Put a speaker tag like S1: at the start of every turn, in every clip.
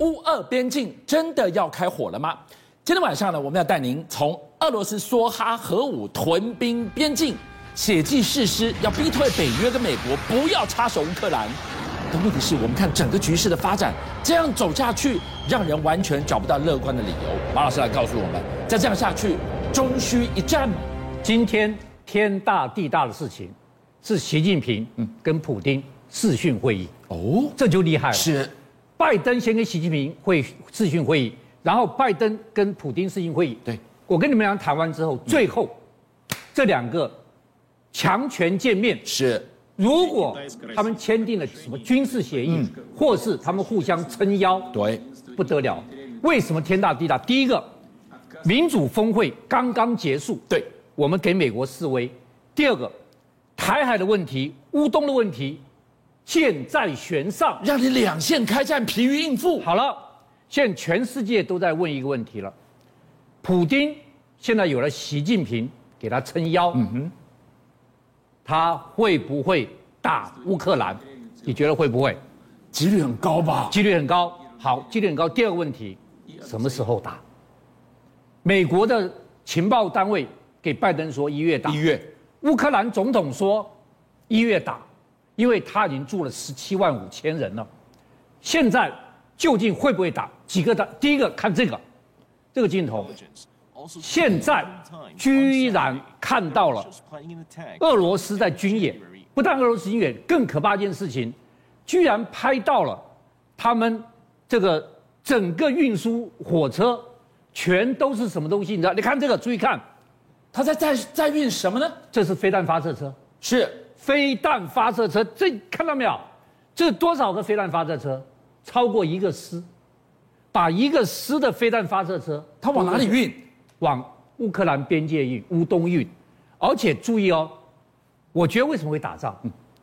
S1: 乌俄边境真的要开火了吗？今天晚上呢，我们要带您从俄罗斯梭哈核武屯兵边境，血迹誓师要逼退北约跟美国，不要插手乌克兰。但问题是我们看整个局势的发展，这样走下去，让人完全找不到乐观的理由。马老师来告诉我们，再这样下去，终须一战。
S2: 今天天大地大的事情，是习近平
S1: 嗯
S2: 跟普京视讯会议，
S1: 哦，
S2: 这就厉害了。
S1: 是
S2: 拜登先跟习近平会视讯会议，然后拜登跟普京视讯会议。
S1: 对，嗯
S2: 我跟你们俩谈完之后，最后、这两个强权见面，
S1: 是，
S2: 如果他们签订了什么军事协议，或是他们互相撑腰，
S1: 嗯对，
S2: 不得了。为什么天大地大？第一个，民主峰会刚刚结束，
S1: 对，
S2: 我们给美国示威；第二个，台海的问题、乌东的问题，箭在弦上。
S1: 让你两线开战，疲于应付。
S2: 好了，现在全世界都在问一个问题了：普京现在有了习近平给他撑腰，他会不会打乌克兰？你觉得会不会？
S1: 几率很高吧？
S2: 几率很高。好，几率很高。第二个问题，什么时候打？美国的情报单位给拜登说一月打
S1: 一，月
S2: 乌克兰总统说一月打，因为他已经住了十七万五千人了。现在究竟会不会打？几个打？第一个看这个，这个镜头，现在居然看到了俄罗斯在军演，不但俄罗斯军演，更可怕一件事情，居然拍到了他们这个整个运输火车全都是什么东西？你知道？你看这个，注意看，
S1: 他在在在运什么呢？
S2: 这是飞弹发射车。
S1: 是
S2: 飞弹发射车，这看到没有？这多少个飞弹发射车？超过一个师，把一个师的飞弹发射车，
S1: 他往哪里运？
S2: 往乌克兰边界运、乌东运，而且注意哦，我觉得为什么会打仗？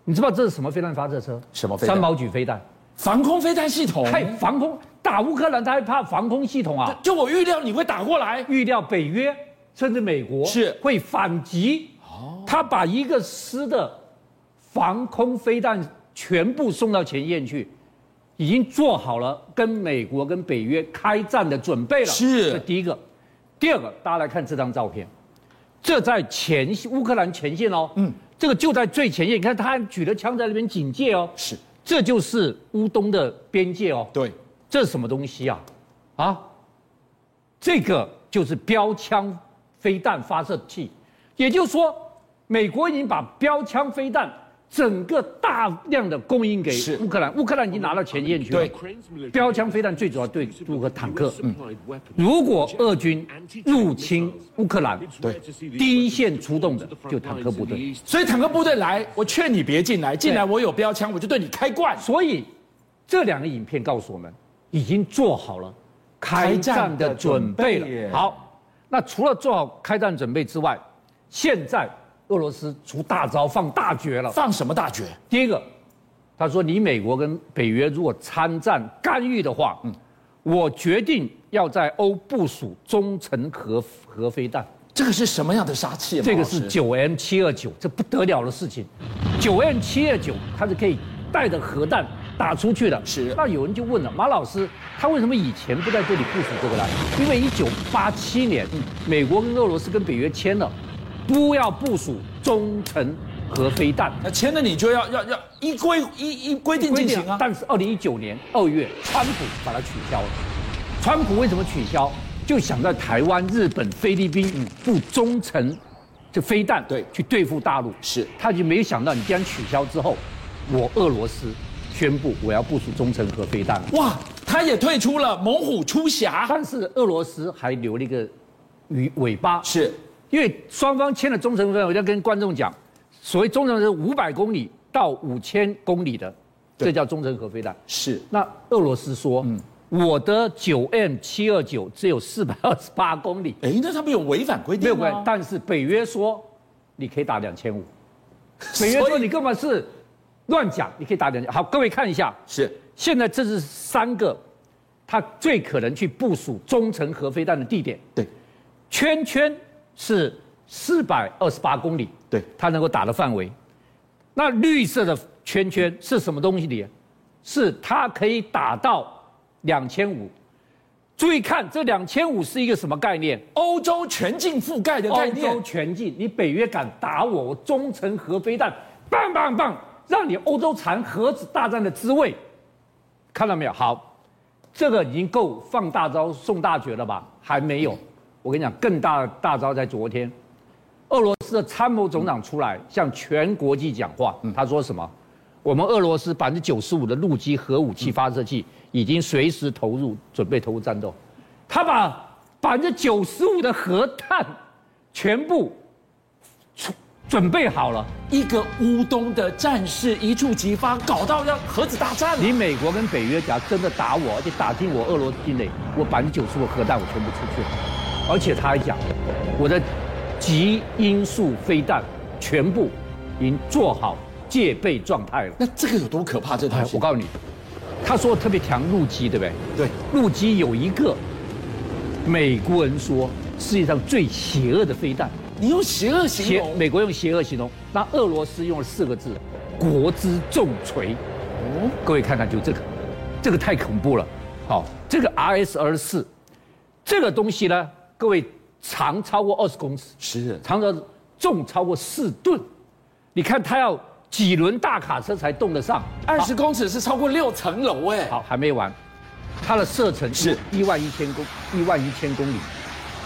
S2: 你知不知道这是什么飞弹发射车？
S1: 嗯什么飞弹
S2: 三毛举飞弹，
S1: 防空飞弹系统。
S2: 还防空打乌克兰，他还怕防空系统啊？
S1: 就我预料你会打过来，
S2: 预料北约甚至美国
S1: 是哦
S2: 会反击。他把一个师的防空飞弹全部送到前线去，已经做好了跟美国跟北约开战的准备了。
S1: 是
S2: 这第一个。第二个，大家来看这张照片，这在前线乌克兰前线哦，嗯，这个就在最前线，你看他还举着枪在那边警戒哦，
S1: 是
S2: 这就是乌东的边界哦，
S1: 对，
S2: 这是什么东西啊？啊，这个就是标枪飞弹发射器，也就是说，美国已经把标枪飞弹整个大量的供应给
S1: 是
S2: 乌克兰，乌克兰已经拿到前线去了。
S1: 对
S2: 标枪飞弹最主要对如何坦克。嗯，
S3: 如
S2: 如果俄军入侵乌克兰，
S1: 对
S2: 第一线出动的就坦克部队。
S1: 所以坦克部队来，我劝你别进来，进来我有标枪，我就对你开罐。
S2: 所以这两个影片告诉我们，已经做好了开战的准
S1: 开战
S2: 备
S1: 的准备耶
S2: 了。好，那除了做好开战准备之外，现在俄罗斯出大招放大绝了。
S1: 放什么大绝？
S2: 第一个，他说你美国跟北约如果参战干预的话，嗯我决定要在欧部署中程核核飞弹。
S1: 这个是什么样的杀气？
S2: 这
S1: 马
S2: 个
S1: 老师
S2: 是九 M 七二九，这不得了的事情。九 M 七二九，它是可以带着核弹打出去的。
S1: 是
S2: 那有人就问了，马老师，他为什么以前不在这里部署这个呢？因为一九八七年，美国跟俄罗斯跟北约签了，不要部署中程核飞弹。
S1: 那签了你就要要要依规依依规定进行啊。
S2: 但是二零一九年二月，川普把它取消了。川普为什么取消？就想在台湾、日本、菲律宾布中程这飞弹，
S1: 对
S2: 去对付大陆。
S1: 是
S2: 他就没有想到，你既然取消之后，我俄罗斯宣布我要部署中程核飞弹了。
S1: 哇，他也退出了，猛虎出匣。
S2: 但是俄罗斯还留了一个鱼尾巴，
S1: 是
S2: 因为双方签了中程飞弹，我要跟观众讲，所谓中程是五百公里到五千公里的，
S1: 对
S2: 这叫中程核飞弹。
S1: 是，
S2: 那俄罗斯说，
S1: 嗯
S2: 我的九 M 七二九只有四百二十八公里，
S1: 哎，那他们有违反规定
S2: 没有
S1: 吗
S2: 关系。但是北约说，你可以打 两千五。北约
S1: 所
S2: 说
S1: 以
S2: 你根本是乱讲，你可以打两千。好，各位看一下，
S1: 是
S2: 现在这是三个，他最可能去部署中程核飞弹的地点。
S1: 对
S2: 圈圈是四百二十八公里，
S1: 对
S2: 它能够打的范围。那绿色的圈圈是什么东西里？是它可以打到两千五。注意看，这两千五是一个什么概念？
S1: 欧洲全境覆盖的概
S2: 欧
S1: 念
S2: 洲，全境，你北约敢打我，我中程核飞弹，棒棒棒，让你欧洲尝核子大战的滋味，看到没有？好，这个已经够放大招送大绝了吧？还没有，我跟你讲，更大的大招在昨天，俄罗斯的参谋总长出来向全国际讲话，他说什么？我们俄罗斯百分之九十五的陆基核武器发射器已经随时投入，准备投入战斗。他把百分之九十五的核弹全部出准备好了。
S1: 一个乌东的战事一触即发，搞到要核子大战了。
S2: 你美国跟北约假如真的打我，而且打进我俄罗斯境内，我百分之九十五核弹我全部出去了。而且他还讲，我的极音速飞弹全部已经做好戒备状态了。
S1: 那这个有多可怕？这东
S2: 哎，
S1: 西
S2: 我告诉你，他说特别强陆基，对不对？
S1: 对，
S2: 陆基有一个，美国人说世界上最邪恶的飞弹，
S1: 你用邪恶形
S2: 邪
S1: 容，
S2: 美国用邪恶形容，那俄罗斯用了四个字，国之重锤。
S1: 哦，
S2: 各位看看，就这个，这个太恐怖了。好，这个 RS 二四，这个东西呢，各位长超过二十公尺，
S1: 是
S2: 长得重超过四吨，你看它要几轮大卡车才动得上，
S1: 二十公尺是超过六层楼哎。
S2: 好，还没完，它的射程
S1: 是
S2: 一万一千公一万一千公里。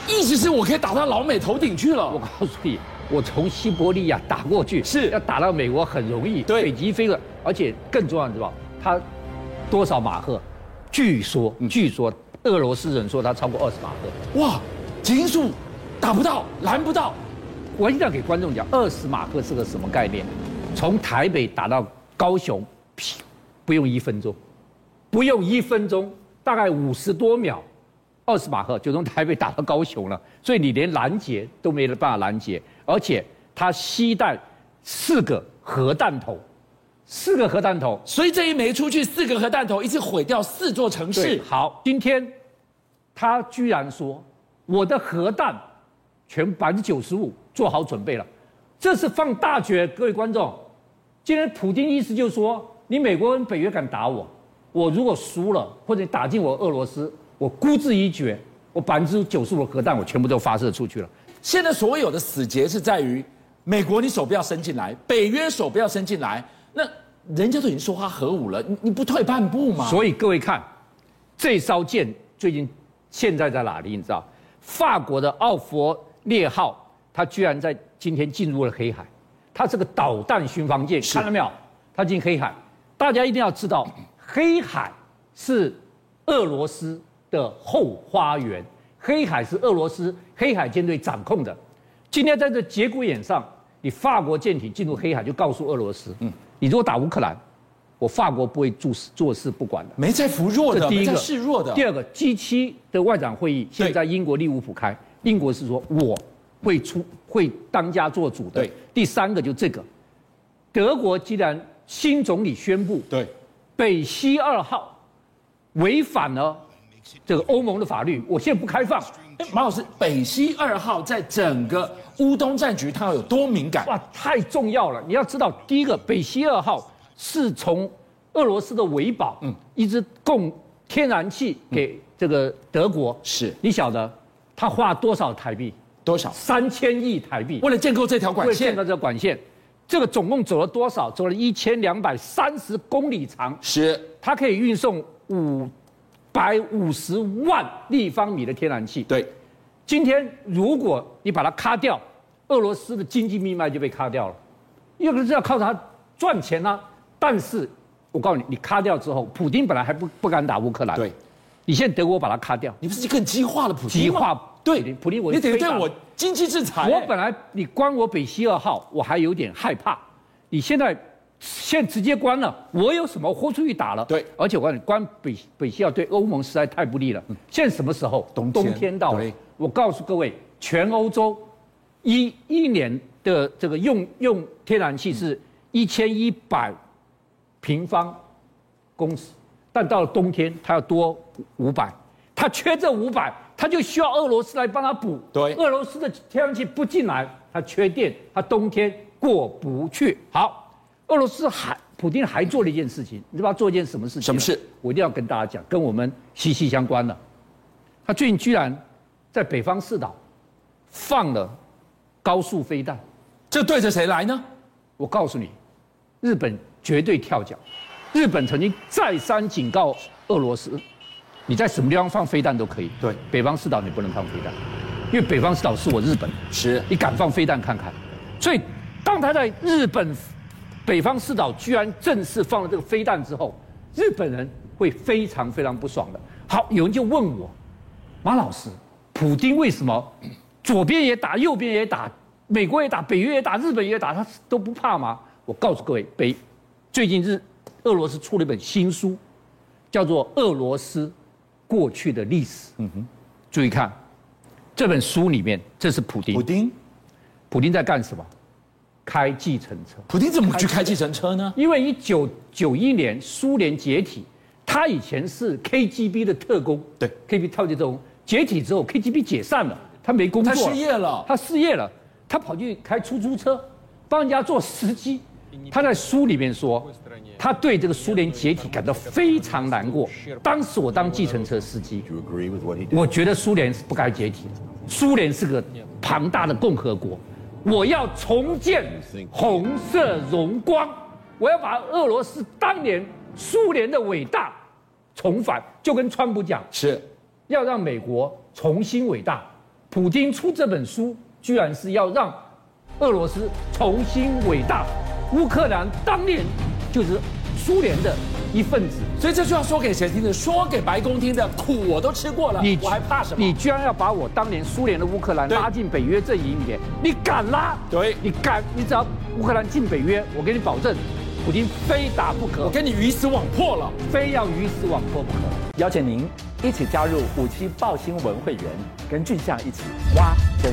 S1: 意思是我可以打到老美头顶去
S2: 我
S1: 了。
S2: 告诉你，我从西伯利亚打过去，
S1: 哦是
S2: 要打到美国很容易，
S1: 对
S2: 北极飞了，而且更重要，你知道它多少马赫？据说，
S1: 嗯
S2: 据说俄罗斯人说它超过二十马赫。
S1: 哇，极音速打不到，拦不到，
S2: 我一定要给观众讲，二十马赫是个什么概念？从台北打到高雄，噗不用一分钟，不用一分钟，大概五十多秒，二十马赫就从台北打到高雄了。所以你连拦截都没办法拦截，而且它携带四个核弹头，四个核弹头
S1: 所以这一枚出去四个核弹头，一次毁掉四座城
S2: 对
S1: 市。
S2: 好。今天他居然说我的核弹全百分之九十五做好准备了，这是放大绝，各位观众。今天普京意思就是说，你美国跟北约敢打我，我如果输了或者你打进我俄罗斯，我孤注一掷，我百分之九十五的核弹我全部都发射出去了。
S1: 现在所有的死结是在于，美国你手不要伸进来，北约手不要伸进来，那人家都已经说他核武了，你你不退半步吗？
S2: 所以各位看，这艘舰最近现在在哪里？你知道，法国的奥佛列号，它居然在今天进入了黑海，它是个导弹巡防舰，看到没有？它进黑海，大家一定要知道，黑海是俄罗斯的后花园，黑海是俄罗斯黑海舰队掌控的。今天在这节骨眼上，你法国舰艇进入黑海，就告诉俄罗斯，嗯，你如果打乌克兰，我法国不会做事坐视不管的。
S1: 没在服弱的，
S2: 这第
S1: 没
S2: 一
S1: 在
S2: 个
S1: 示弱的
S2: 第。二个，G 七的外长会议现在英国利物浦开，英国是说我会出会当家做主的。
S1: 对，
S2: 第三个就这个，德国既然新总理宣布
S1: 对，
S2: 北溪二号违反了这个欧盟的法律，我现在不开放。
S1: 哎马老师，北溪二号在整个乌东战局它有多敏感？
S2: 哇，太重要了！你要知道，第一个，北溪二号是从俄罗斯的维堡，嗯，一直供天然气给这个德国，
S1: 嗯是
S2: 你晓得他花多少台币？
S1: 多少？
S2: 三千亿台币，
S1: 为了建构这条管
S2: 为建
S1: 线
S2: 造，这个管线，这个总共走了多少？走了一千两百三十公里长，
S1: 是
S2: 它可以运送五百五十万立方米的天然气。
S1: 对，
S2: 今天如果你把它卡掉，俄罗斯的经济命脉就被卡掉了，因为是要靠它赚钱啊。但是我告诉你，你卡掉之后，普京本来还不不敢打乌克兰，
S1: 对，
S2: 你现在德国把它卡掉，
S1: 你不是更激化了普京
S2: 极
S1: 吗？
S2: 化
S1: 对，
S2: 普京，我
S1: 你等于
S2: 非
S1: 对
S2: 常
S1: 我经济制裁。
S2: 我本来你关我北溪二号，我还有点害怕，你现在现直接关了，我有什么豁出去打了？
S1: 对
S2: 而且我告诉你，关北北溪二对欧盟实在太不利了。现在什么时候？
S1: 嗯冬天
S2: 到了
S1: 对。
S2: 我告诉各位，全欧洲一一年的这个用用天然气是一千一百平方公尺，但到了冬天它要多五百，它缺这五百，它就需要俄罗斯来帮它补。
S1: 对
S2: 俄罗斯的天然气不进来，它缺电，它冬天过不去。好，俄罗斯还普京还做了一件事情，你知道他做一件什么事情？
S1: 什么事？
S2: 我一定要跟大家讲，跟我们息息相关的。他最近居然在北方四岛放了高速飞弹，
S1: 这对着谁来呢？
S2: 我告诉你，日本绝对跳脚。日本曾经再三警告俄罗斯，你在什么地方放飞弹都可以，
S3: 对
S2: 北方四岛你不能放飞弹，因为北方四岛是我日本。
S1: 是
S2: 你敢放飞弹看看？所以，当他在日本北方四岛居然正式放了这个飞弹之后，日本人会非常非常不爽的。好，有人就问我，马老师，普京为什么左边也打，右边也打，美国也打，北约也打，日本也打，他都不怕吗？我告诉各位，北最近日俄罗斯出了一本新书，叫做《俄罗斯过去的历史》。嗯哼，注意看这本书里面，这是普京
S3: 普。丁，
S2: 普京在干什么？开计程车。
S1: 普京怎么去开计程车呢？
S2: 因为一九九一年苏联解体，他以前是 KGB 的特工，
S3: 对
S2: ，KGB 超级特工。解体之后，KGB 解散了，他没工作
S1: 他
S2: 了，
S1: 失业了，
S2: 他失业了，他跑去开出租车，帮人家做司机。他在书里面说，他对这个苏联解体感到非常难过。当时我当计程车司机，
S3: You agree with what he did?
S2: 我觉得苏联是不该解体的，苏联是个庞大的共和国，我要重建红色荣光，我要把俄罗斯当年苏联的伟大重返，就跟川普讲，
S1: 是
S2: 要让美国重新伟大。普京出这本书，居然是要让俄罗斯重新伟大。乌克兰当年就是苏联的一份子，
S1: 所以这句话说给谁听的？说给白宫听的。苦我都吃过了，
S2: 你
S1: 啊我还怕什么？
S2: 你居然要把我当年苏联的乌克兰
S1: 对
S2: 拉进北约阵营里面，你敢拉？
S1: 对
S2: 你敢？你只要乌克兰进北约，我给你保证，普京非打不
S1: 我
S2: 可，
S1: 跟你鱼死网破了。
S2: 非要鱼死网破不可。
S4: 邀请您一起加入五七报新闻会员，跟俊相一起挖真